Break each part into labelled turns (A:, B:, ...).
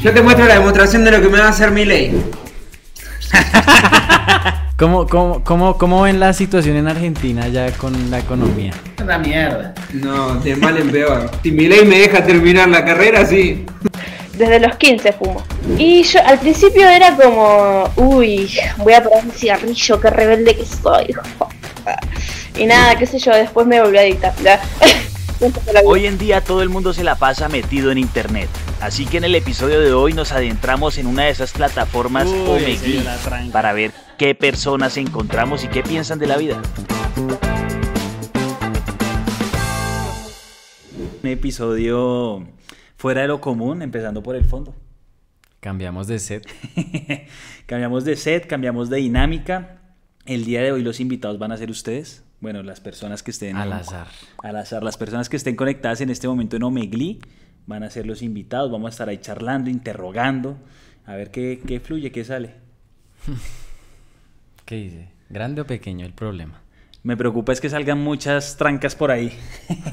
A: Yo te muestro la demostración de lo que me va a hacer mi ley.
B: ¿Cómo, cómo, cómo, cómo ven la situación en Argentina ya con la economía?
C: La mierda.
A: No, de mal en peor. Si mi ley me deja terminar la carrera, sí.
D: Desde los 15 fumo. Y yo al principio era como, uy, voy a probar un cigarrillo, qué rebelde que soy. Y nada, qué sé yo, después me volví adicta. ya.
E: Hoy en día todo el mundo se la pasa metido en internet, así que en el episodio de hoy nos adentramos en una de esas plataformas
B: Uy,
E: Omegle
B: sí, la tranca.
E: para ver qué personas encontramos y qué piensan de la vida. Un episodio fuera de lo común, empezando por el fondo.
B: Cambiamos de set.
E: cambiamos de set, cambiamos de dinámica. El día de hoy los invitados van a ser ustedes. Bueno, las personas que estén
B: Al azar.
E: Al azar, las personas que estén conectadas en este momento en Omegli van a ser los invitados. Vamos a estar ahí charlando, interrogando, a ver qué, qué fluye, qué sale.
B: ¿Qué dice? ¿Grande o pequeño el problema?
E: Me preocupa es que salgan muchas trancas por ahí.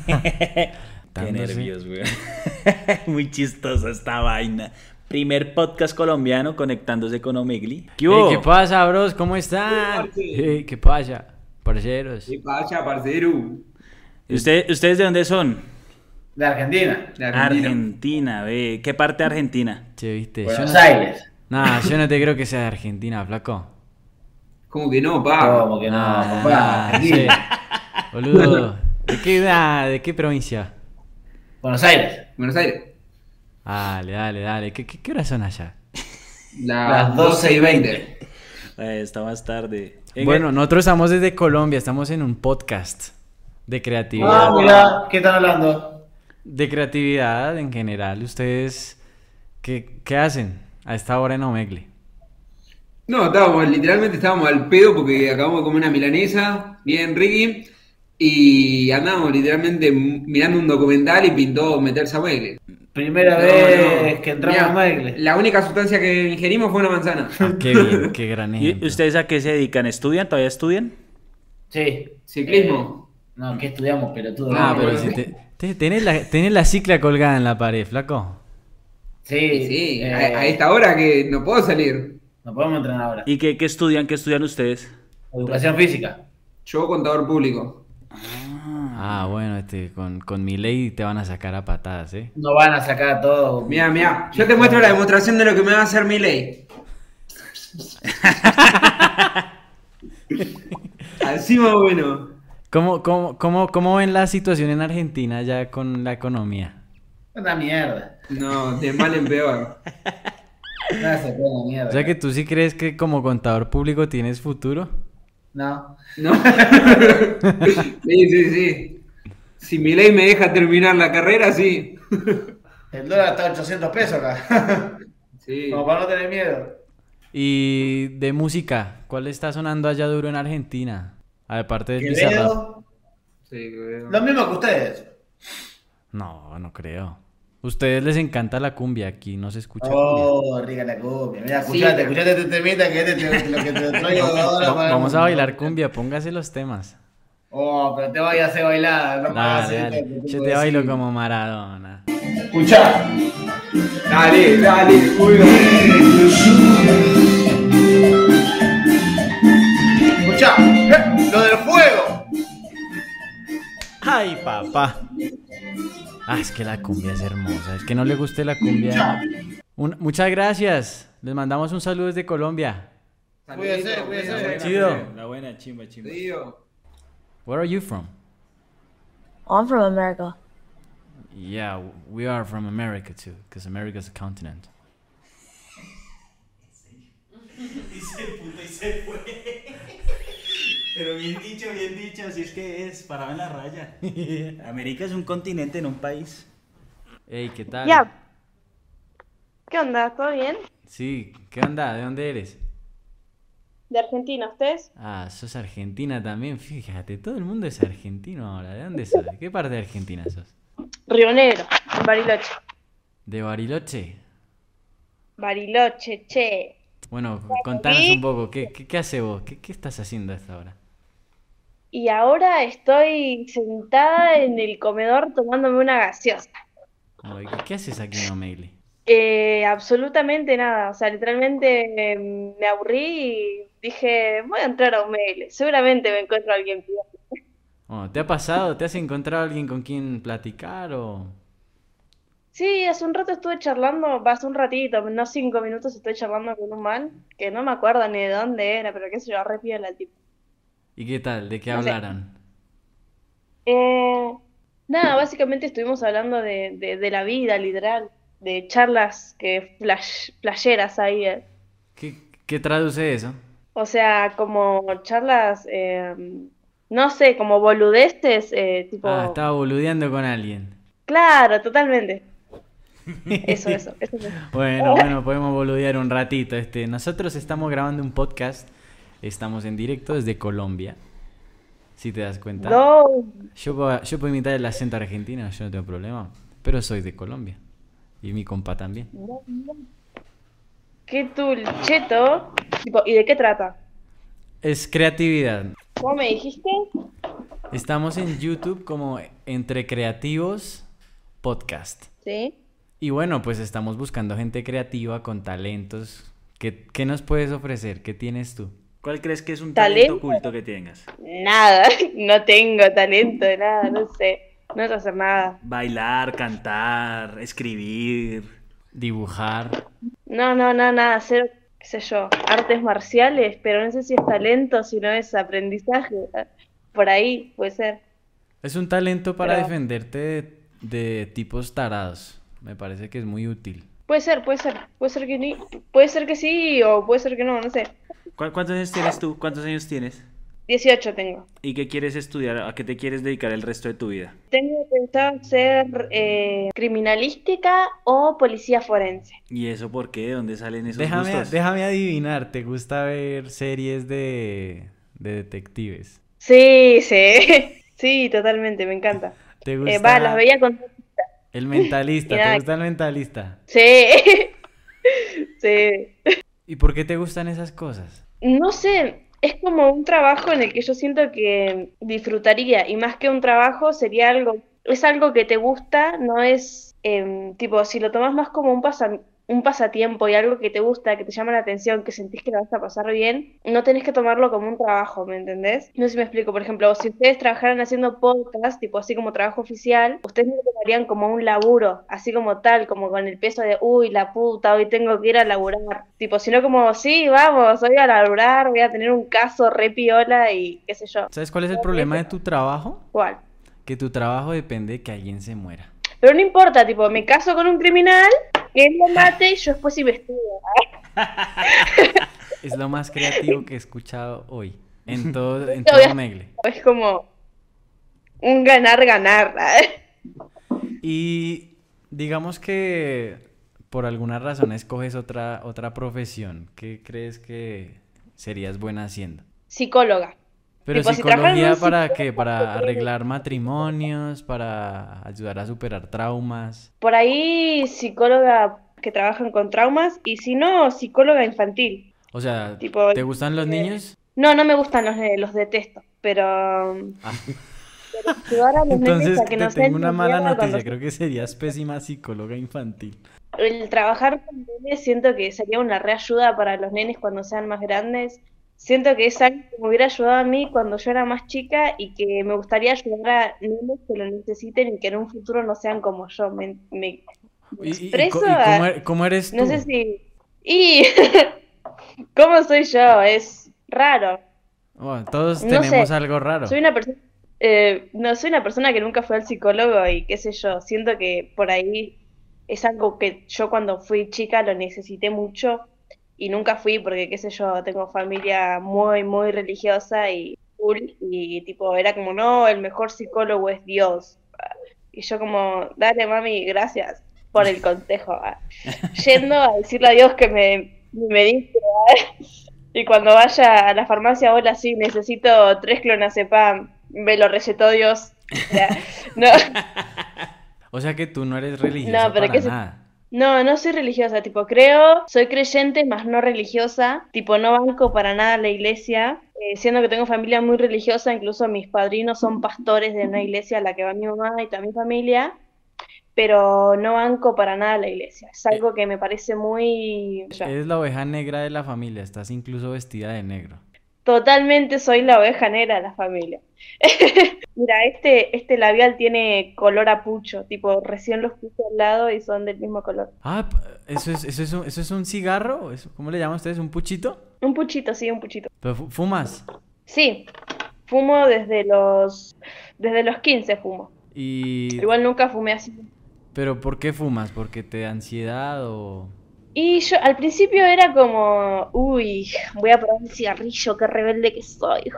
E: Qué
B: Tanto
E: nervios, güey. Muy chistosa esta vaina. Primer podcast colombiano conectándose con Omegli.
B: ¿Qué, ¿Qué pasa, bros? ¿Cómo están?
A: parce?
B: Ey, ¿Qué pasa? Parceros.
A: ¿Qué pasa, parcero?
E: ¿Usted- ¿Ustedes de dónde son?
C: De Argentina.
A: De
E: Argentina, ve. ¿Qué parte de Argentina?
B: Che, viste. Yo
C: Buenos
B: no,
C: Aires.
B: Nah, yo no te creo que sea de Argentina, flaco.
A: ¿Cómo que no, pa?
C: Como que no,
B: Ah,
C: compa, Argentina.
B: sí. Boludo. ¿De qué, edad? ¿De qué provincia?
C: Buenos Aires.
A: Buenos Aires.
B: Dale, dale, dale. ¿Qué, qué, qué horas son allá?
C: Las 12 y 20.
E: Eh, está más tarde. En-
B: Bueno, nosotros estamos desde Colombia, estamos en un podcast de creatividad.
C: Ah, mira, ¿qué están hablando?
B: De creatividad en general. ¿Ustedes qué, qué hacen a esta hora en Omegle?
A: No, estábamos, literalmente estábamos al pedo porque acabamos de comer una milanesa, bien Ricky, y andábamos literalmente m- mirando un documental y pintó meterse a Megle.
C: Primera
A: No,
C: vez
A: no.
C: que entramos a
A: Mirá,
C: Magle.
A: La única sustancia que ingerimos fue una manzana.
B: Ah, qué bien, qué gran
E: ¿Y
B: ejemplo.
E: ustedes a qué se dedican? ¿Estudian? ¿Todavía estudian?
C: Sí.
A: Ciclismo.
C: Eh, no, ¿qué estudiamos, pelotudo?
B: Ah,
A: No,
B: pero
A: no,
B: si
A: no.
B: te, te- tenés, la, tenés la cicla colgada en la pared, flaco.
C: Sí,
A: Sí,
C: eh,
A: a, a esta hora que no puedo salir.
C: No podemos entrenar ahora.
E: ¿Y qué, qué estudian? ¿Qué estudian ustedes?
C: Educación física.
A: Yo contador público.
B: Ah, bueno, este, con, con mi ley te van a sacar a patadas, ¿eh?
C: No van a sacar a todo.
A: Mira, mira, yo te muestro la demostración de lo que me va a hacer mi ley. Así más o menos.
B: ¿Cómo, cómo, cómo, cómo ven la situación en Argentina ya con la economía?
C: Una mierda.
A: No, de mal en peor.
C: No se puede una mierda.
B: O sea que tú sí crees que como contador público tienes futuro.
C: No.
A: No. sí, sí, sí. Si mi ley me deja terminar la carrera, sí.
C: El dólar está a 800 pesos acá.
A: Sí.
C: Como para no tener miedo.
B: Y de música, ¿cuál está sonando allá duro en Argentina? Aparte del Bizarrap.
C: Quevedo,
A: Sí, creo.
C: lo mismo que ustedes.
B: No, no creo. Ustedes les encanta la cumbia, aquí no se escucha cumbia.
C: Oh, rica la cumbia. Mira, escuchate,
A: Sí.
C: escuchate este temita que este te, lo que te traigo ahora.
B: Va-
C: para-
B: vamos a bailar cumbia, póngase los temas.
C: Oh, pero te voy a hacer bailar. No
B: Dale, dale. Yo te bailo como Maradona.
C: Escuchá.
A: Dale, dale, muy bien.
C: Escuchá. Eh, Lo del fuego.
B: ¡Ay, papá! Ah, es que la cumbia es hermosa. Es que no le guste la cumbia. Un- muchas gracias. Les mandamos un saludo desde Colombia.
C: Cuídese, cuídese.
B: Chido.
E: La buena, chimba, chimba.
A: Te digo.
B: Where are you from?
D: I'm from America.
B: Yeah, we are from America too, because America is a continent.
E: Pero bien dicho, bien dicho, así es que es, parado en la raya. América es un continente, no un país.
B: Hey, ¿qué tal?
D: Ya. ¿Qué onda? ¿Todo bien?
B: Sí, ¿qué onda? ¿De dónde eres?
D: ¿De Argentina ustedes?
B: Ah, sos argentina también, fíjate, todo el mundo es argentino ahora. ¿De dónde sos? ¿De qué parte de Argentina sos?
D: Río Negro, Bariloche.
B: ¿De Bariloche?
D: Bariloche, che.
B: Bueno, contanos un poco, ¿qué, qué, qué hace vos? ¿Qué, qué estás haciendo hasta ahora?
D: Y ahora estoy sentada en el comedor tomándome una gaseosa.
B: Ay, ¿Qué haces aquí en Omegle?
D: Eh, absolutamente nada, o sea, literalmente eh, me aburrí y dije, voy a entrar a un mail, seguramente me encuentro a alguien piola.
B: Oh, ¿Te ha pasado? ¿Te has encontrado alguien con quien platicar o...?
D: Sí, hace un rato estuve charlando, va, hace un ratito, no cinco minutos, estuve charlando con un man que no me acuerdo ni de dónde era, pero qué sé yo, re piola el tipo.
B: ¿Y qué tal? ¿De qué
D: No sé.
B: hablaron?
D: Eh, nada, básicamente estuvimos hablando de, de- de la vida, literal, de charlas que flash, playeras ahí, eh.
B: ¿Qué, qué traduce eso?
D: O sea, como charlas, eh, no sé, como boludeces, eh, tipo,
B: Ah, estaba boludeando con alguien.
D: claro, totalmente. Eso, eso, eso, eso.
B: Bueno, bueno, podemos boludear un ratito. Este, nosotros estamos grabando un podcast. Estamos en directo desde Colombia. Si te das cuenta.
D: No,
B: Yo, puedo- yo puedo imitar el acento argentino, yo no tengo problema. Pero soy de Colombia. Y mi compa también.
D: qué tulcheto. Tipo, ¿y de qué trata?
B: Es creatividad.
D: ¿Cómo me dijiste?
B: Estamos en YouTube como Entre Creativos Podcast.
D: Sí.
B: Y bueno, pues estamos buscando gente creativa con talentos. ¿Qué, qué nos puedes ofrecer? ¿Qué tienes tú?
E: ¿Cuál crees que es un talento
D: Talento.
E: oculto que tengas?
D: Nada, no tengo talento, nada, no sé. No sé hacer nada.
E: Bailar, cantar, escribir.
B: Dibujar.
D: No, no, no, nada, hacer, qué sé yo, artes marciales, pero no sé si es talento, si no es aprendizaje. Por ahí puede ser.
B: Es un talento para
D: Pero-
B: defenderte de, de tipos tarados. Me parece que es muy útil.
D: Puede ser, puede ser, puede ser que ni, puede ser que sí o puede ser que no, no sé.
E: ¿Cu- ¿Cuántos años tienes tú? ¿Cuántos años tienes?
D: 18 tengo.
E: ¿Y qué quieres estudiar? ¿A qué te quieres dedicar el resto de tu vida?
D: Tengo pensado ser eh, criminalística o policía forense.
E: ¿Y eso por qué? ¿De dónde salen esos
B: Déjame,
E: gustos?
B: déjame adivinar, ¿te gusta ver series de, de detectives?
D: Sí, sí, sí, totalmente, me encanta.
B: ¿Te gusta
D: Eh, va, las veía con...
B: el mentalista?
D: Y nada.
B: ¿Te gusta el mentalista?
D: Sí, sí.
B: ¿Y por qué te gustan esas cosas?
D: No sé, es como un trabajo en el que yo siento que disfrutaría y más que un trabajo sería algo, es algo que te gusta, no es em, tipo, si lo tomas más como un pasa- un pasatiempo y algo que te gusta, que te llama la atención, que sentís que la vas a pasar bien, no tenés que tomarlo como un trabajo, ¿me entendés? No sé si me explico, por ejemplo, si ustedes trabajaran haciendo podcast, tipo así como trabajo oficial, ustedes no lo tomarían como un laburo, así como tal, como con el peso de, uy, la puta, hoy tengo que ir a laburar, tipo, sino como, sí, vamos, hoy voy a laburar, voy a tener un caso re piola y qué sé yo,
B: ¿Sabes cuál es el problema de tu trabajo?
D: cuál.
B: Que tu trabajo depende de que alguien se muera.
D: Pero no importa, tipo, me caso con un criminal, que él lo mate y yo después investigo.
B: Es lo más creativo que he escuchado hoy. En todo, en
D: Yo voy a-
B: todo Megle.
D: Es como un ganar-ganar.
B: Y digamos que por alguna razón escoges otra, otra profesión. ¿Qué crees que serías buena haciendo?
D: Psicóloga.
B: Pero
D: Tipo, si
B: psicología
D: trabajar en un
B: para qué? Para arreglar matrimonios, para ayudar a superar traumas.
D: Por ahí psicóloga que trabajan con traumas y si no, psicóloga infantil.
B: O sea,
D: Tipo,
B: ¿te gustan los
D: eh,
B: niños?
D: No, no me gustan los nenes, los detesto, pero...
B: Ah.
D: pero ayudar a los nenes
B: Entonces
D: a que
B: te
D: no sean
B: tengo una mala
D: mierda cuando
B: noticia. Creo que serías pésima psicóloga infantil.
D: El trabajar con nenes siento que sería una reayuda para los nenes cuando sean más grandes. Siento que es algo que me hubiera ayudado a mí cuando yo era más chica y que me gustaría ayudar a nenes que lo necesiten y que en un futuro no sean como yo. Me, me- me
B: ¿Y, y- y
D: expreso
B: co- y
D: a-
B: cómo, er- cómo eres tú?
D: No sé si... Y... ¿Cómo soy yo? Es raro.
B: Bueno, Oh, todos
D: no
B: tenemos
D: sé.
B: algo raro.
D: Soy una persona... eh, no, soy una persona que nunca fue al psicólogo y qué sé yo. Siento que por ahí es algo que yo cuando fui chica lo necesité mucho y nunca fui porque, qué sé yo, tengo familia muy, muy religiosa y full y tipo era como, no, el mejor psicólogo es Dios. Y yo como, dale mami, gracias por el consejo. ah. Yendo a decirle a Dios que me, me dice, ah. y cuando vaya a la farmacia, hola, sí, necesito tres clonazepam, me lo recetó Dios. Ya. No,
B: O sea que tú no eres religiosa
D: No, pero
B: para
D: que se-
B: nada.
D: no, no soy religiosa, tipo, creo, soy creyente, más no religiosa, tipo, no banco para nada la iglesia, eh, siendo que tengo familia muy religiosa, incluso mis padrinos son pastores de una iglesia a la que va mi mamá y toda mi familia, pero no banco para nada la iglesia. Es algo que me parece muy...
B: Eres la oveja negra de la familia, estás incluso vestida de negro.
D: Totalmente soy la oveja negra de la familia. Mira, este, este labial tiene color a pucho, tipo recién los puse al lado y son del mismo color.
B: Ah, p- ¿eso es, eso es, un, eso es un cigarro? ¿Eso- ¿Cómo le llaman ustedes? ¿Un puchito?
D: Un puchito, sí, un puchito.
B: ¿Pero fu- fumas?
D: Sí, fumo desde los, desde los 15 fumo.
B: Y...
D: Igual nunca fumé así.
B: ¿Pero por qué fumas? ¿Porque te da ansiedad o...?
D: Y yo al principio era como, uy, voy a probar un cigarrillo, qué rebelde que soy.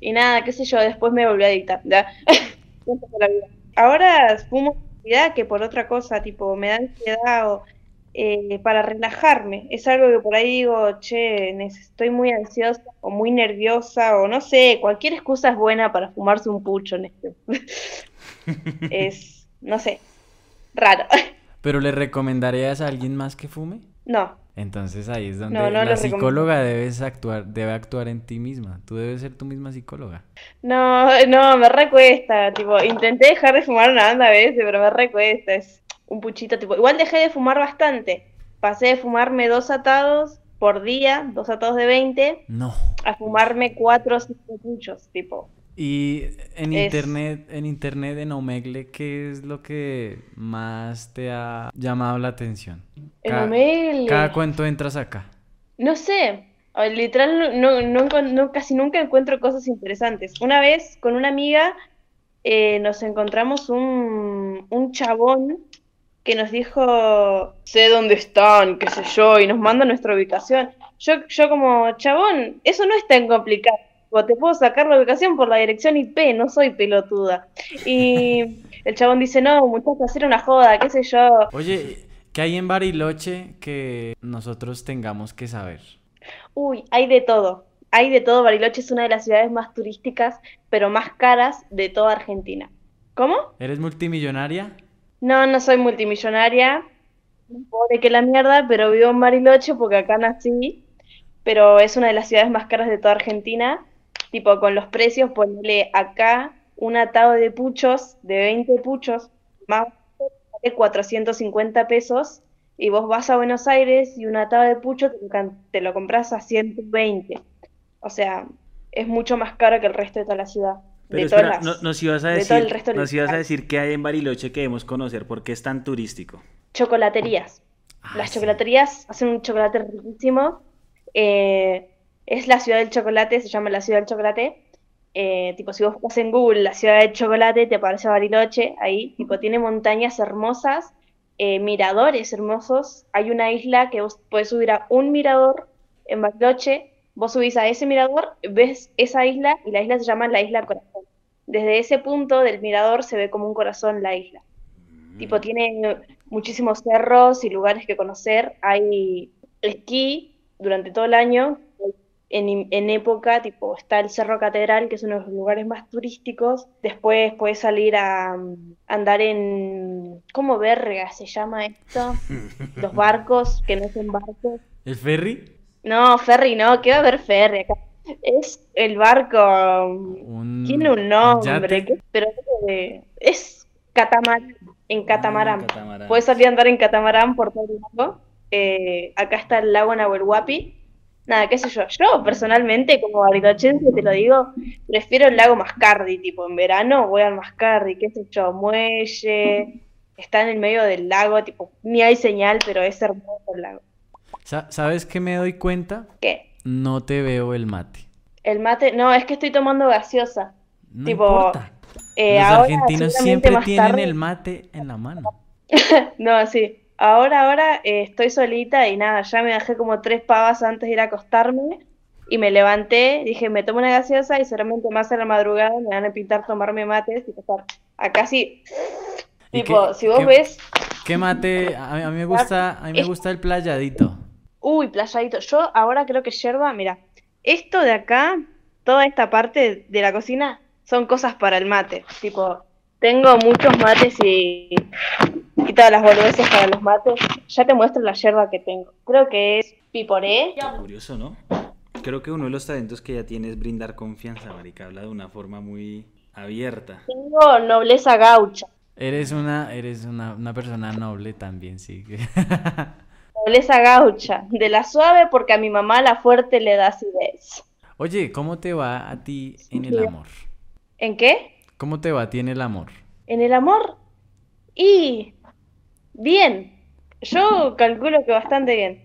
D: Y nada, qué sé yo, después me volví adicta. ya. Siento que la vida. Ahora fumo ansiedad que por otra cosa, tipo, me da ansiedad o eh, para relajarme. Es algo que por ahí digo, che, neces- estoy muy ansiosa o muy nerviosa o no sé, cualquier excusa es buena para fumarse un pucho en este. es, no sé, raro.
B: ¿Pero le recomendarías a alguien más que fume?
D: no.
B: Entonces ahí es donde
D: No, no
B: la
D: lo recomiendo.
B: psicóloga debes actuar, debe actuar en ti misma. Tú debes ser tu misma psicóloga.
D: No, no, me recuesta, tipo, intenté dejar de fumar una banda a veces, pero me recuesta, es un puchito, tipo, igual dejé de fumar bastante, pasé de fumarme dos atados por día, dos atados de 20,
B: No.
D: a fumarme cuatro o cinco puchos, tipo.
B: Y en
D: Es-
B: internet, en internet, en Omegle, ¿qué es lo que más te ha llamado la atención?
D: En
B: Ca-
D: Omegle.
B: Cada cuento entras acá.
D: No sé, o- literal, no, no encon- no- casi nunca encuentro cosas interesantes. Una vez con una amiga eh, nos encontramos un, un chabón que nos dijo, sé dónde están, qué sé yo, y nos manda nuestra ubicación. Yo, yo como, chabón, eso no es tan complicado. tipo, Te puedo sacar la ubicación por la dirección IP, no soy pelotuda. Y el chabón dice, no, muchachos, era una joda, qué sé yo.
B: Oye, ¿qué hay en Bariloche que nosotros tengamos que saber?
D: Uy, hay de todo. Hay de todo. Bariloche es una de las ciudades más turísticas, pero más caras de toda Argentina. ¿Cómo?
B: ¿Eres multimillonaria?
D: No, no soy multimillonaria, más pobre que la mierda, pero vivo en Bariloche porque acá nací. Pero es una de las ciudades más caras de toda Argentina. Tipo, con los precios, ponle acá un atado de puchos, de 20 puchos, más de 450 pesos. Y vos vas a Buenos Aires y un atado de pucho te lo, can- te lo compras a 120. O sea, es mucho más caro que el resto de toda la ciudad.
E: Pero
D: de todas
E: espera, no-
D: las-
E: nos ibas a
D: de todo el
E: decir,
D: resto del
E: nos ibas a
D: país.
E: decir qué hay en Bariloche que debemos conocer, porque es tan turístico.
D: chocolaterías.
B: Ah,
D: Las
B: sí.
D: chocolaterías hacen un chocolate riquísimo. eh, es la ciudad del chocolate, se llama la ciudad del chocolate. eh, tipo, si vos buscas en Google la ciudad del chocolate, te aparece Bariloche, ahí, tipo, tiene montañas hermosas, eh, miradores hermosos. Hay una isla que vos podés subir a un mirador en Bariloche, vos subís a ese mirador, ves esa isla y la isla se llama la isla corazón. Desde ese punto del mirador se ve como un corazón la isla.
B: Mm.
D: Tipo, tiene muchísimos cerros y lugares que conocer. Hay esquí durante todo el año. En, en época, tipo, está el Cerro Catedral, que es uno de los lugares más turísticos. Después puedes salir a mm, andar en... ¿Cómo verga se llama esto? Los barcos, que no son barcos.
B: ¿El ferry?
D: No, ferry no, ¿qué va a haber ferry acá? Es el barco... mm,
B: Un-
D: tiene un
B: yate.
D: nombre, que- pero eh, es catamarán, en catamarán.
E: Ah, catamarán.
D: Puedes salir a andar en catamarán por todo el lago. Eh, acá está el lago Nahuel Huapi. Nada, qué sé yo. Yo personalmente, como barilochense, te lo digo, prefiero el lago Mascardi. Tipo, en verano voy al Mascardi, qué sé yo, muelle. Está en el medio del lago, tipo, ni hay señal, pero es hermoso el lago.
B: Sa- ¿Sabes qué me doy cuenta?
D: ¿Qué?
B: No te veo el mate.
D: El mate. No, es que estoy tomando gaseosa.
B: No
D: Tipo,
B: importa.
D: Eh,
B: Los
D: ahora,
B: argentinos
D: seguramente
B: siempre
D: más
B: tienen
D: tarde-
B: el mate en la mano.
D: No, sí. Ahora, ahora eh, estoy solita y nada, ya me bajé como tres pavas antes de ir a acostarme y me levanté, dije, me tomo una gaseosa y seguramente más a la madrugada me van a pintar tomarme mates y pasar. Acá sí,
B: ¿Y
D: tipo,
B: qué-
D: si vos
B: qué-
D: ves,
B: ¿Qué mate? A mí, a mí me gusta, a mí me
D: Es-
B: gusta el playadito.
D: uy, playadito. Yo ahora creo que yerba, mira, esto de acá, toda esta parte de la cocina, son cosas para el mate. Tipo, tengo muchos mates y, y todas las boludeces para los mates. Ya te muestro la yerba que tengo. Creo que es piporé.
E: Curioso, ¿no? Creo que uno de los talentos que ya tiene es brindar confianza, marica. Habla de una forma muy abierta.
D: Tengo nobleza gaucha.
B: Eres una, eres una, una persona noble también, sí.
D: Nobleza gaucha, de la suave porque a mi mamá la fuerte le da acidez.
B: Oye, ¿cómo te va a ti en el
D: Sí.
B: amor?
D: ¿En qué?
B: ¿Cómo te va a ti en el amor?
D: En el amor. Y bien, yo calculo que bastante bien.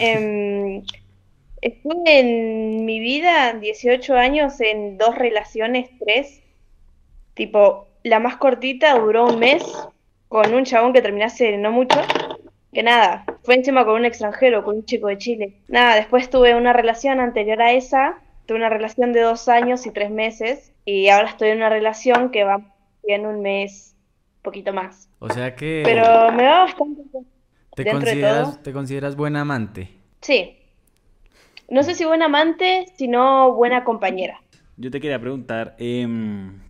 D: Em, estuve en mi vida 18 años en dos relaciones, tres. Tipo, la más cortita duró un mes con un chabón que terminé hace no mucho. Que nada, fue encima con un extranjero, con un chico de Chile. Nada, después tuve una relación anterior a esa. Tuve una relación de dos años y tres meses. Y ahora estoy en una relación que va en un mes, poquito más.
B: O sea que
D: Pero me va bastante bien.
B: te
D: dentro de
B: consideras,
D: todo-
B: te consideras buen amante.
D: Sí. No sé si buena amante, sino buena compañera.
E: Yo te quería preguntar, em,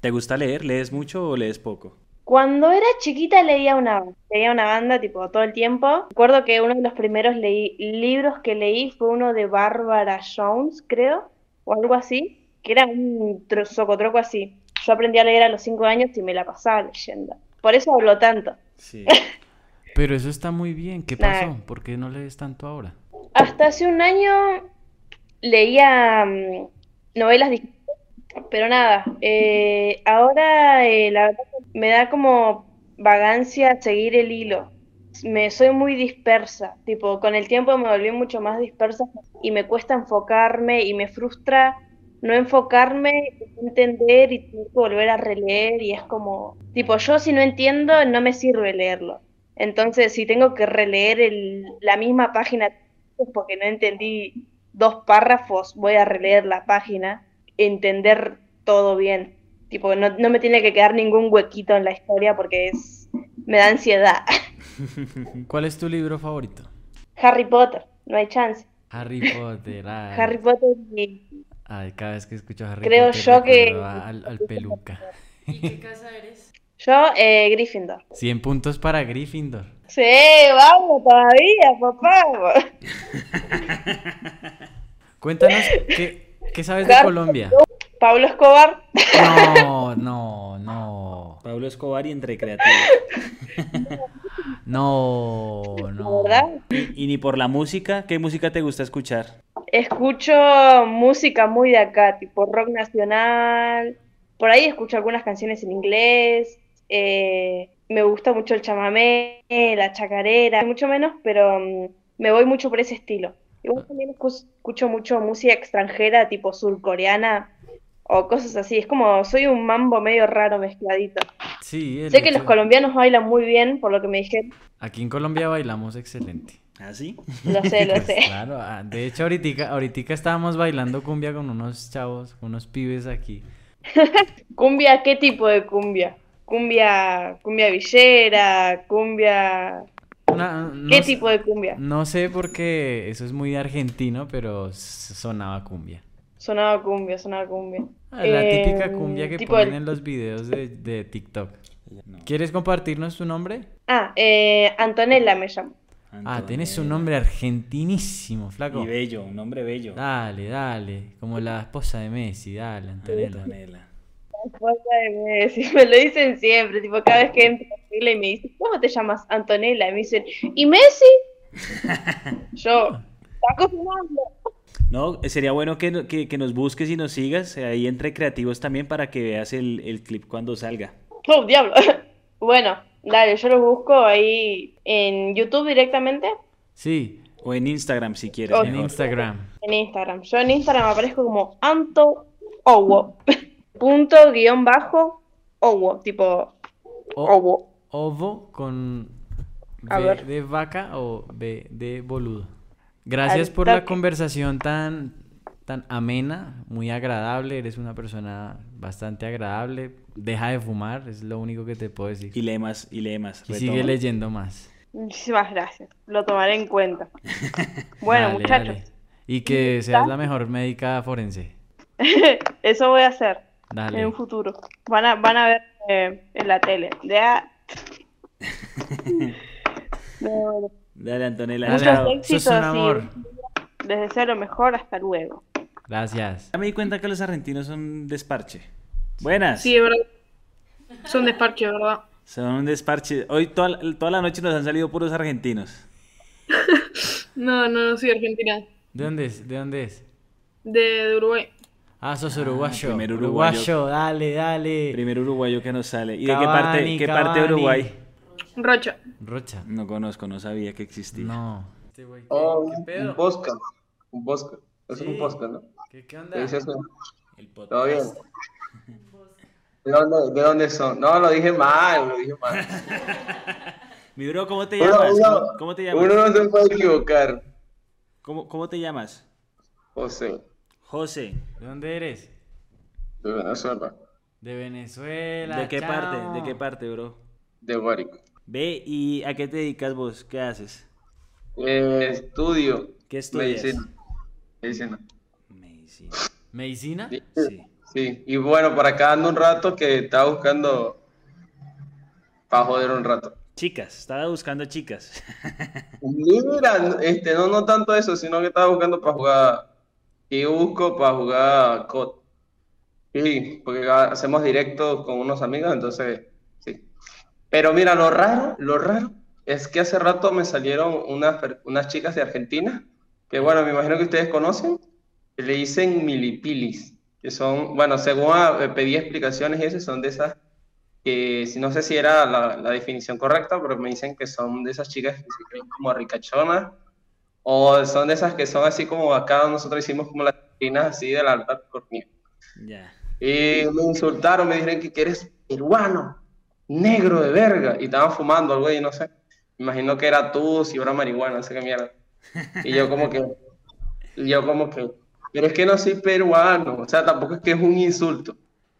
E: ¿te gusta leer? ¿Lees mucho o lees poco?
D: Cuando era chiquita leía una banda, leía una banda tipo todo el tiempo. Recuerdo que uno de los primeros leí- libros que leí fue uno de Barbara Jones, creo, o algo así, que era un tro- socotroco así. Yo aprendí a leer a los cinco años y me la pasaba leyendo. Por eso hablo tanto.
E: Sí.
B: Pero eso está muy bien. ¿Qué
D: Nah.
B: pasó? ¿Por qué no lees tanto ahora?
D: Hasta hace un año leía mm, novelas distintas, pero nada, eh, ahora eh, la verdad que me da como vagancia seguir el hilo. Me soy muy dispersa, tipo, con el tiempo me volví mucho más dispersa y me cuesta enfocarme y me frustra no enfocarme, entender y tener que volver a releer y es como, tipo, yo si no entiendo no me sirve leerlo. Entonces, si tengo que releer el- la misma página pues, porque no entendí dos párrafos, voy a releer la página, entender todo bien. Tipo, no, no me tiene que quedar ningún huequito en la historia porque es me da ansiedad.
B: ¿Cuál es tu libro favorito?
D: Harry Potter, no hay chance.
B: Harry Potter. ay.
D: Harry Potter y
B: Ay, cada vez que escucho a Harry
D: Creo
B: Potter
D: yo que-
B: recuerdo a- al, al peluca.
F: ¿Y qué casa eres?
D: yo, eh, Gryffindor.
B: 100 puntos para Gryffindor.
D: Sí, vamos todavía, papá.
B: Cuéntanos qué, qué sabes de
D: Claro.
B: Colombia.
D: Pablo Escobar,
B: No, no, no.
E: Pablo Escobar y entre creativos.
B: No,
D: la
B: no.
D: verdad.
E: Y, y ni por la música, ¿qué música te gusta escuchar?
D: Escucho música muy de acá, tipo rock nacional. Por ahí escucho algunas canciones en inglés. eh, me gusta mucho el chamamé, la chacarera, mucho menos, pero mm, me voy mucho por ese estilo. Igual también escu- escucho mucho música extranjera, tipo surcoreana o cosas así. Es como, soy un mambo medio raro mezcladito.
B: Sí, el
D: Sé que
B: hecho-
D: los colombianos bailan muy bien, por lo que me dijeron.
B: Aquí en Colombia bailamos excelente.
E: ¿Ah, sí?
D: Lo sé, lo
B: Pues
D: sé.
B: claro, ah, de hecho ahorita, ahorita estábamos bailando cumbia con unos chavos, unos pibes aquí.
D: ¿Cumbia? ¿Qué tipo de cumbia? Cumbia, cumbia villera, cumbia...
B: Una- ah, no
D: ¿Qué
B: sé-
D: tipo de cumbia?
B: No sé porque eso es muy argentino, pero s- sonaba cumbia. Ah,
D: Sonaba cumbia, sonaba cumbia.
B: La
D: Eh,
B: típica cumbia que
D: tipo
B: ponen
D: el-
B: en los videos de, de TikTok.
E: No.
B: ¿Quieres compartirnos tu nombre?
D: Ah, eh, Antonella me llamo.
B: Ah, tienes un
E: Antonella.
B: nombre argentinísimo, flaco.
E: Y bello, un nombre bello.
B: Dale, dale. Como la esposa de Messi, dale, Antonella.
E: Antonella.
D: Esposa de Messi, me lo dicen siempre, tipo cada vez que entro a la tele y me dicen, ¿cómo te llamas Antonella? Y me dicen, ¿y Messi? Yo, está cocinando.
E: No, Eh, sería bueno que, no- que- que nos busques y nos sigas eh, ahí entre creativos también para que veas el, el clip cuando salga.
D: ¡Oh, diablo! Bueno, dale, yo lo busco ahí en YouTube directamente,
B: Sí,
E: O en Instagram si quieres.
D: O
B: en
E: mejor.
B: Instagram.
D: en Instagram. Yo en Instagram aparezco como Anto Owo. Punto guión bajo Owo, tipo
B: O-
D: Owo.
B: ovo con
D: A
B: B
D: ver.
B: de vaca o B de boludo. Gracias por
D: Al
B: la
D: toque.
B: conversación tan, tan amena, muy agradable. Eres una persona bastante agradable. Deja de fumar, es lo único que te puedo decir.
E: Y lee más, y lee más.
B: Y
E: retoma.
B: sigue leyendo más.
D: Muchísimas gracias. Lo tomaré en cuenta. Bueno,
B: Dale,
D: muchachos,
B: dale. Y que seas la mejor médica forense.
D: eso voy a hacer en
B: Dale.
D: un futuro. Van a, van a ver eh, en la tele. De a- No, bueno,
E: Dale, Antonella.
B: Dale,
E: chao.
B: Antonella.
D: éxitos
B: sos un
D: y
B: amor.
D: les deseo lo mejor. Hasta luego.
B: Gracias.
E: Ya me di cuenta que los argentinos son desparche. Buenas.
D: Sí, bro.
G: Es un desparche, ¿verdad?
E: Son un desparche. Hoy toda, toda la noche nos han salido puros argentinos.
G: No, no, no soy argentina.
B: ¿De dónde es? ¿De dónde es?
G: De, de Uruguay.
B: Ah, sos uruguayo.
E: primer
B: uruguayo.
E: uruguayo.
B: dale, dale.
E: Primer uruguayo que nos sale. ¿Y
B: Cavani,
E: de qué parte, qué parte de
B: Cavani.
E: Uruguay?
G: Rocha.
B: Rocha.
E: No conozco, no sabía que existía.
B: No. Este güey, ¿qué,
H: Oh,
B: qué
H: un,
B: pedo?
H: un podcast. Un podcast. Es
B: Sí.
H: un podcast, ¿no?
B: ¿Qué, qué onda?
H: ¿Qué dices?
E: El
H: ¿Todo bien?
E: podcast.
H: ¿De dónde, de dónde son? No, lo dije mal, lo dije mal.
E: Mi bro, ¿cómo te
H: Uno-
E: llamas?
H: uno-
E: ¿Cómo, cómo te llamas?
H: Uno no se puede equivocar,
E: ¿Cómo, cómo te llamas?
H: José,
E: José.
B: ¿De dónde eres?
H: de Venezuela,
B: De Venezuela.
E: ¿De qué
B: chao.
E: parte? ¿De qué parte, bro?
H: de Guárico.
E: Ve, ¿y a qué te dedicas vos? ¿Qué haces?
H: Eh, estudio
E: ¿Qué estudias?
H: medicina. Medicina.
E: Medicina.
B: ¿Medicina?
H: Sí.
E: Sí.
H: Sí, y bueno, para acá ando un rato que estaba buscando para joder un rato.
E: Chicas, estaba buscando chicas.
H: Mira, este, no, no tanto eso, sino que estaba buscando para jugar. Y yo busco para jugar COD. Sí, porque acá hacemos directos con unos amigos, entonces, sí. Pero mira, lo raro, lo raro es que hace rato me salieron unas, per- unas chicas de Argentina, que bueno, me imagino que ustedes conocen, que le dicen milipilis, que son, bueno, según ah, pedí explicaciones y eso, son de esas que si- no sé si era la, la definición correcta, pero me dicen que son de esas chicas que se creen como ricachonas, o son de esas que son así como acá nosotros hicimos como las chinas así de la alta California.
E: Ya.
H: Y me insultaron, me dijeron que, que eres peruano, negro de verga, y estaban fumando algo y no sé. Me imagino que era tú, si era marihuana, no sé qué mierda. Y yo como que, y yo como que, pero es que no soy peruano, o sea, tampoco es que es un insulto.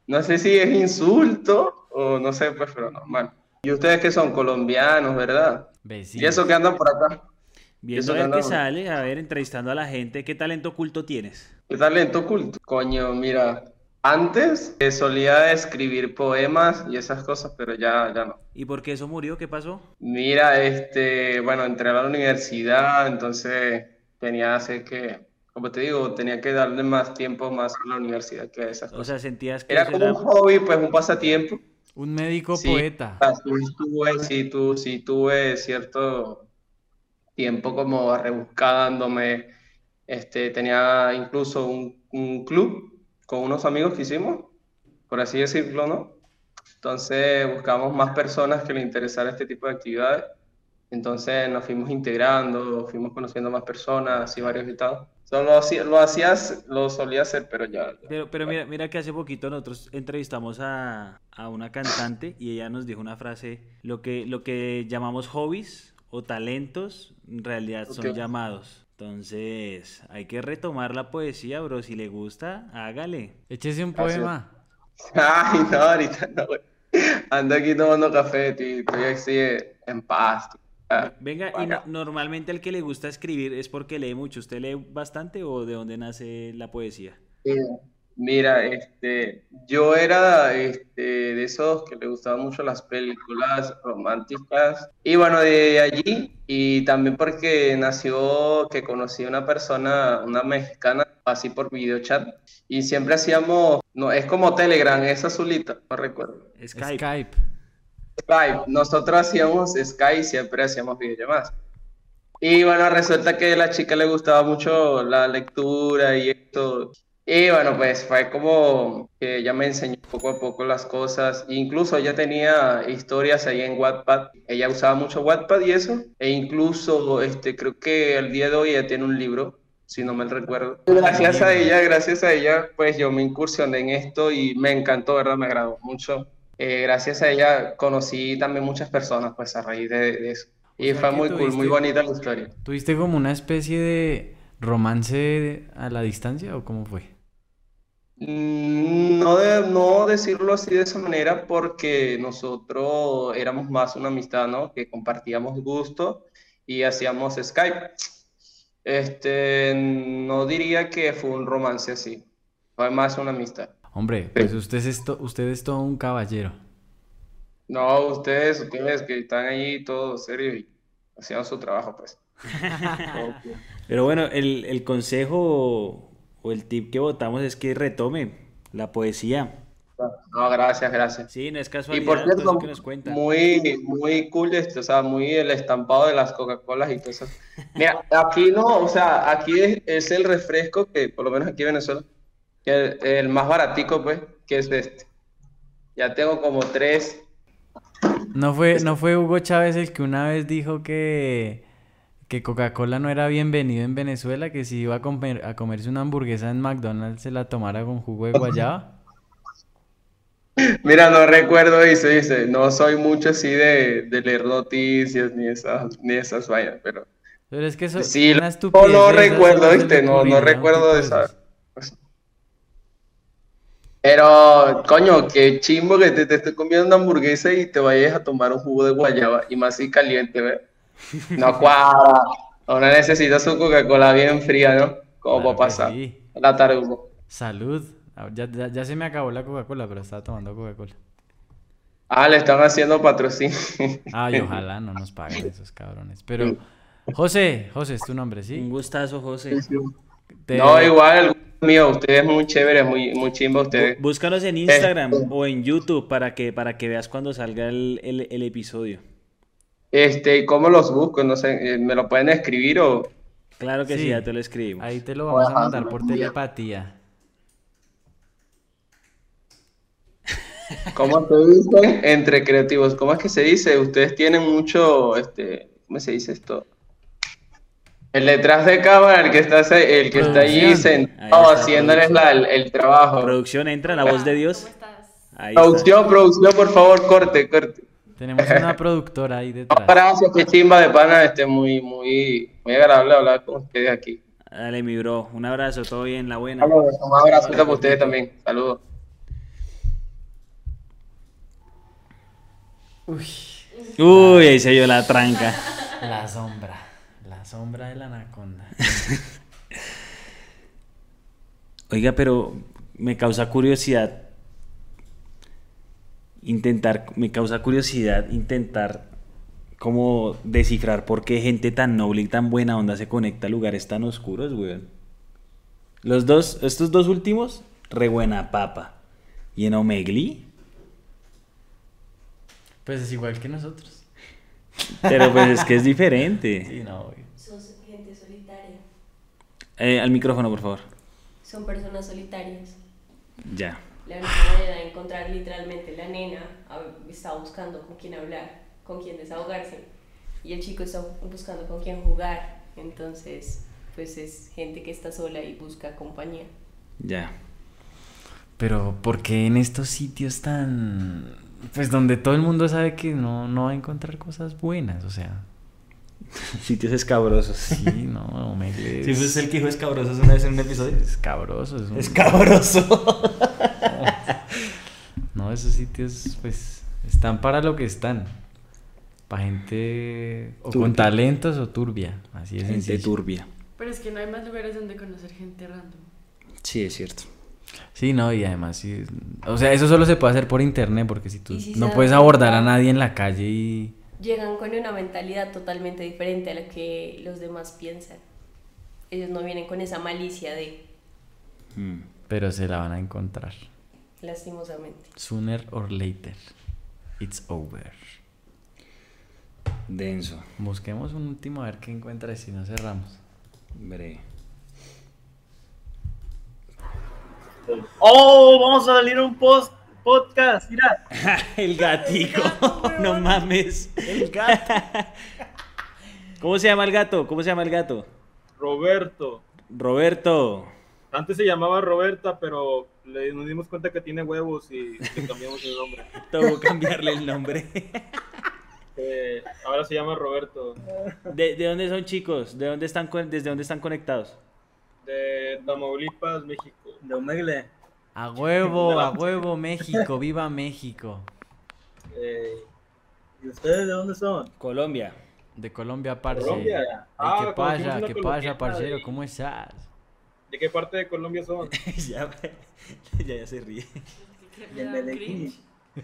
H: No sé si es insulto o no sé, pues, pero normal. Y ustedes que son colombianos, ¿verdad?
B: Vecino.
H: Y eso que andan por acá,
E: Viendo
H: Eso
E: a ver qué
H: ganamos.
E: sale, a ver, entrevistando a la gente, ¿qué talento oculto tienes?
H: qué talento oculto. Coño, mira, antes eh, solía escribir poemas y esas cosas, pero ya, ya no.
E: ¿Y por qué eso murió? ¿Qué pasó?
H: Mira, este, bueno, entré a la universidad, entonces tenía hacer que, como te digo, tenía que darle más tiempo más a la universidad que a esas
E: O
H: cosas.
E: sea, sentías que
H: Era
E: eso
H: como un
E: era-
H: hobby, pues un pasatiempo.
B: Un médico
H: Sí.
B: poeta.
H: Sí tuve, sí tu- sí tuve cierto tiempo como rebuscándome. Este, tenía incluso un, un club con unos amigos que hicimos, por así decirlo, ¿no? Entonces buscamos más personas que le interesara este tipo de actividades. Entonces nos fuimos integrando, fuimos conociendo más personas y varios invitados. Solo lo hacía- lo hacías, lo solía hacer, pero ya, ya.
E: Pero, pero mira, mira que hace poquito nosotros entrevistamos a, a una cantante y ella nos dijo una frase, lo que, lo que llamamos hobbies o talentos, en realidad son
H: Ok.
E: llamados. Entonces, hay que retomar la poesía, bro. Si le gusta, hágale.
B: Échese un
H: Gracias.
B: poema.
H: Ay, no, ahorita no, güey. Ando aquí tomando café, tío. Estoy así eh, en paz, tío. Ah,
E: Venga, y no-
H: Vaya.
E: normalmente al que le gusta escribir es porque lee mucho. ¿Usted lee bastante o de dónde nace la poesía?
H: eh, Mira, este, yo era este, de esos que le gustaban mucho las películas románticas. Y bueno, de allí, y también porque nació que conocí a una persona, una mexicana, así por videochat. Y siempre hacíamos, no, es como Telegram, es azulita, no recuerdo.
E: Skype.
B: Skype.
H: Skype. Nosotros hacíamos Skype y siempre hacíamos videollamadas. Y bueno, resulta que a la chica le gustaba mucho la lectura y esto. Y bueno, pues fue como que ella me enseñó poco a poco las cosas. Incluso ella tenía historias ahí en Wattpad. Ella usaba mucho Wattpad y eso. E incluso este, creo que al día de hoy ella tiene un libro, si no mal recuerdo. Gracias a ella, gracias a ella, pues yo me incursioné en esto y me encantó, ¿verdad? Me agradó mucho. Eh, gracias a ella conocí también muchas personas, pues a raíz de, de eso. Y
B: sea
H: fue
B: que
H: muy cool,
B: tuviste-
H: muy bonita la historia.
B: ¿Tuviste como una especie de romance a la distancia o cómo fue?
H: Mm, No, de- no decirlo así de esa manera porque nosotros éramos más una amistad, ¿no? Que compartíamos gusto y hacíamos Skype. Este, no diría que fue un romance así, fue más una amistad.
B: Hombre, pues usted es, to- usted es todo un caballero.
H: No, ustedes, ustedes que están ahí todos serios y hacían su trabajo, pues. Ok.
E: Pero bueno, el, el consejo o el tip que votamos es que retome la poesía.
H: No, gracias, gracias.
E: Sí, no es
H: Y
E: casualidad
H: por
E: todo
H: cierto,
E: eso que nos cuenta.
H: muy, muy cool, este, o sea, muy el estampado de las Coca-Colas y cosas. Mira, aquí no, o sea, aquí es, es el refresco que, por lo menos aquí en Venezuela, que el, el más baratico, pues, que es este. Ya tengo como tres.
B: ¿No fue, ¿No fue Hugo Chávez el que una vez dijo que, que Coca-Cola no era bienvenido en Venezuela, que si iba a, comer, a comerse una hamburguesa en McDonald's se la tomara con jugo de guayaba?
H: Mira, no recuerdo, dice, dice, no soy mucho así de, de leer noticias ni esas, ni esas vainas, pero
B: Pero es que eso
H: Sí,
B: una
H: lo-
B: estupidez
H: no
B: de esas se
H: recuerdo,
B: le
H: ¿viste? No- no
B: ocurriría a un
H: recuerdo
B: tipo
H: de
B: esos.
H: esa- Pero, coño, qué chimbo que te, te estés comiendo una hamburguesa y te vayas a tomar un jugo de guayaba y más si caliente, ¿ves? No cuadra. Ahora necesitas su Coca-Cola bien fría, ¿no?
B: Claro
H: Como para
B: que
H: pasar
B: sí.
H: la tarde. humo.
B: Salud. Ah, Ya, ya- ya se me acabó la Coca-Cola, pero estaba tomando Coca-Cola.
H: Ah, le están haciendo patrocinio.
B: Ay, ojalá no nos paguen esos cabrones. Pero, José, José es tu nombre,
E: Un
B: ¿sí?
E: gustazo, José.
B: Te-
H: Mm. No, igual, el gusto es mío, ustedes muy chéveres, muy, muy chimbo ustedes.
E: Bú- Búscanos
H: Eh.
E: en Instagram o en YouTube para que, para que veas cuando salga el, el- el episodio.
H: Este, ¿cómo los busco? No sé, eh, ¿me lo pueden escribir o...?
E: Claro que sí,
B: Sí.
E: ya te lo escribimos.
B: Ahí te lo vamos a
H: Ojalá,
B: mandar por
H: mira.
B: telepatía.
H: ¿Cómo se dice? Entre creativos, ¿cómo es que se dice? Ustedes tienen mucho, este, ¿cómo se dice esto? El detrás de cámara, el que está, se- el que está allí
B: Producción.
H: sentado
E: Ahí está,
H: haciéndoles la- el, el trabajo.
E: Producción, entra la voz de Dios.
F: ¿Cómo estás?
E: Ahí está.
H: Producción, producción, por favor, corte, corte.
B: Tenemos una productora ahí
H: No,
B: detrás.
H: gracias, qué chimba de pana, este, muy, muy, muy agradable hablar con ustedes aquí.
E: Dale, mi bro. Un abrazo, todo bien, la buena.
H: Saludos, Un abrazo para ustedes también, saludos.
E: Uy, ahí se dio la tranca.
B: La sombra. La sombra de la anaconda.
E: Oiga, pero me causa curiosidad intentar, me causa curiosidad intentar como descifrar por qué gente tan noble y tan buena onda se conecta a lugares tan oscuros, weón. Los dos, estos dos últimos, re buena papa. Y en Omegli,
B: Pues es igual que nosotros.
E: pero pues es que es diferente.
B: Sí, no, obvio.
F: Sos gente solitaria.
E: Eh, al micrófono, por favor.
F: Son personas solitarias.
E: Ya.
F: La única manera de encontrar literalmente la nena a- está buscando con quién hablar, con quién desahogarse. Y el chico está buscando con quién jugar. Entonces, pues es gente que está sola y busca compañía.
E: Ya.
B: Pero ¿por qué en estos sitios tan... Pues donde todo el mundo sabe que no, no va a encontrar cosas buenas, o sea...
E: Sitios escabrosos.
B: Sí, no, Omegle
E: Sí,
B: es,
E: fue el que dijo escabrosos una vez en un episodio.
B: es cabroso. Es un-
E: Escabroso.
B: No, esos sitios pues están para lo que están. Para gente o con
E: Turbia.
B: talentos o turbia. Así es
E: Gente turbia.
F: Pero es que no hay más lugares donde conocer gente random.
E: Sí, es cierto.
B: Sí, no, y además, sí, o sea, eso solo se puede hacer por internet porque si tú
F: Y si
B: no
F: se
B: puedes
F: da-
B: abordar a nadie en la calle y...
F: Llegan con una mentalidad totalmente diferente a la que los demás piensan. Ellos no vienen con esa malicia de,
E: Mm,
B: Pero se la van a encontrar.
F: lastimosamente.
B: Sooner or later. It's over.
E: Denso.
B: Busquemos un último a ver qué encuentra y si no cerramos.
E: Breve.
I: ¡Oh! Vamos a salir un post podcast. Mira,
E: El gatico. no mames. El gato. ¿Cómo se llama el gato? ¿Cómo se llama el gato?
I: Roberto.
E: Roberto.
I: Antes se llamaba Roberta, pero le, nos dimos cuenta que tiene huevos y le cambiamos el nombre.
E: Tengo que cambiarle el nombre.
I: Eh, ahora se llama Roberto.
E: ¿De, de dónde son chicos? ¿De dónde están con- desde dónde están conectados?
I: De Tamaulipas, México.
E: De Omegle.
B: A huevo, a huevo, México, viva México.
I: Eh, ¿Y ustedes de dónde son?
E: Colombia.
B: De Colombia, parce.
I: Colombia.
B: Ay,
I: Ah, conocimos
B: ¿Qué pasa?
I: una
B: ¿Qué pasa,
I: colombiana
B: parcero?
I: de-
B: ¿Cómo estás?
I: ¿De qué parte de Colombia son?
E: ya, ya, ya se ríe.
F: Que
I: me da Medellín. cringe.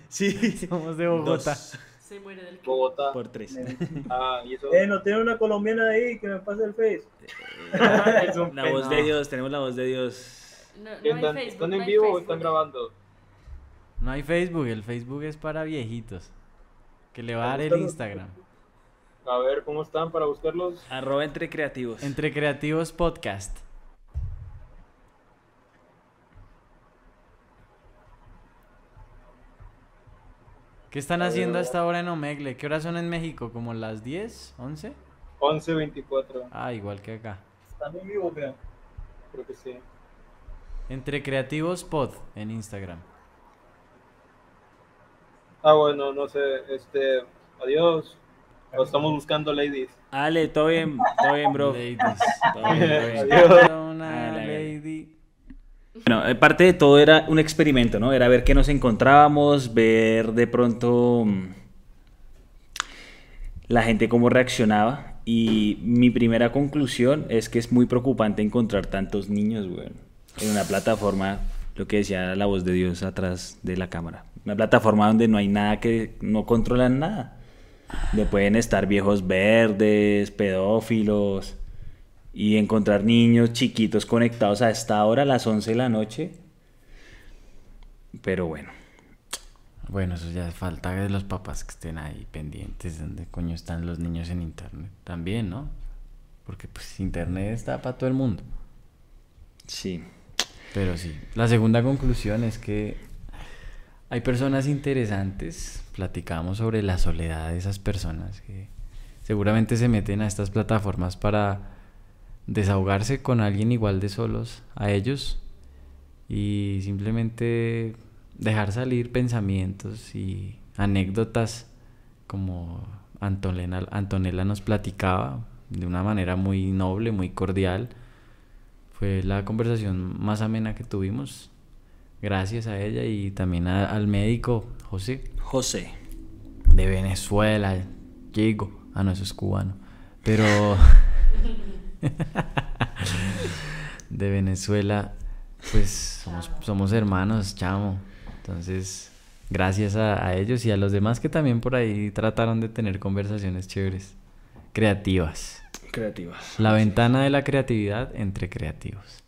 E: Sí.
B: Somos de Bogotá.
E: Dos
F: Se muere del
I: Bogotá.
E: por tres.
I: Ah, y eso.
J: Eh, no tiene una colombiana ahí que me pase el face.
I: Es un
E: Eh, La voz
I: pena.
E: de Dios. Tenemos la voz de Dios.
F: No, no hay
I: ¿Están,
F: Facebook,
I: están
F: no
I: en
F: hay
I: vivo o
F: Facebook.
I: están grabando?
B: No hay Facebook, el Facebook es para viejitos. Que le va a dar el Instagram.
I: A ver, ¿cómo están para buscarlos?
E: Arroba entre creativos.
B: Entre Creativos Podcast. ¿Qué están haciendo hasta ahora en Omegle? ¿Qué horas son en México? ¿Como las 10? ¿11?
I: 1124,
B: Ah, igual que acá.
J: Están en vivo, vean.
I: creo que sí.
B: Entre Creativos Pod en Instagram.
I: Ah, bueno, no sé, este, adiós. Lo estamos buscando, ladies.
E: Ale, todo bien, todo bien, bro.
B: Ladies.
E: Todo bien, todo bien.
I: Adiós.
B: Una
E: Dale.
B: lady.
E: Bueno, eh, parte de todo era un experimento, ¿no? Era ver qué nos encontrábamos, ver de pronto mm, la gente cómo reaccionaba. Y mi primera conclusión es que es muy preocupante encontrar tantos niños, güey, en una plataforma, lo que decía la voz de Dios atrás de la cámara. Una plataforma donde no hay nada que no controlan nada. Donde pueden estar viejos verdes, pedófilos y encontrar niños chiquitos conectados a esta hora, a las 11 de la noche. Pero bueno,
B: Bueno, eso ya es falta de los papás que estén ahí pendientes de dónde coño están los niños en internet. También, ¿no? Porque pues internet está para todo el mundo.
E: sí.
B: Pero sí, la segunda conclusión es que hay personas interesantes. Platicamos sobre la soledad de esas personas que seguramente se meten a estas plataformas para desahogarse con alguien igual de solos a ellos y simplemente dejar salir pensamientos y anécdotas como Antonella, Antonella nos platicaba de una manera muy noble, muy cordial. Fue la conversación más amena que tuvimos. Gracias a ella y también a- al médico José
E: José.
B: de Venezuela. Diego. Ah, no, eso es cubano. Pero. de Venezuela, pues somos, somos hermanos, chamo. Entonces, gracias a, a ellos y a los demás que también por ahí trataron de tener conversaciones chéveres, creativas.
E: Creativas.
B: La ventana de la creatividad entre creativos.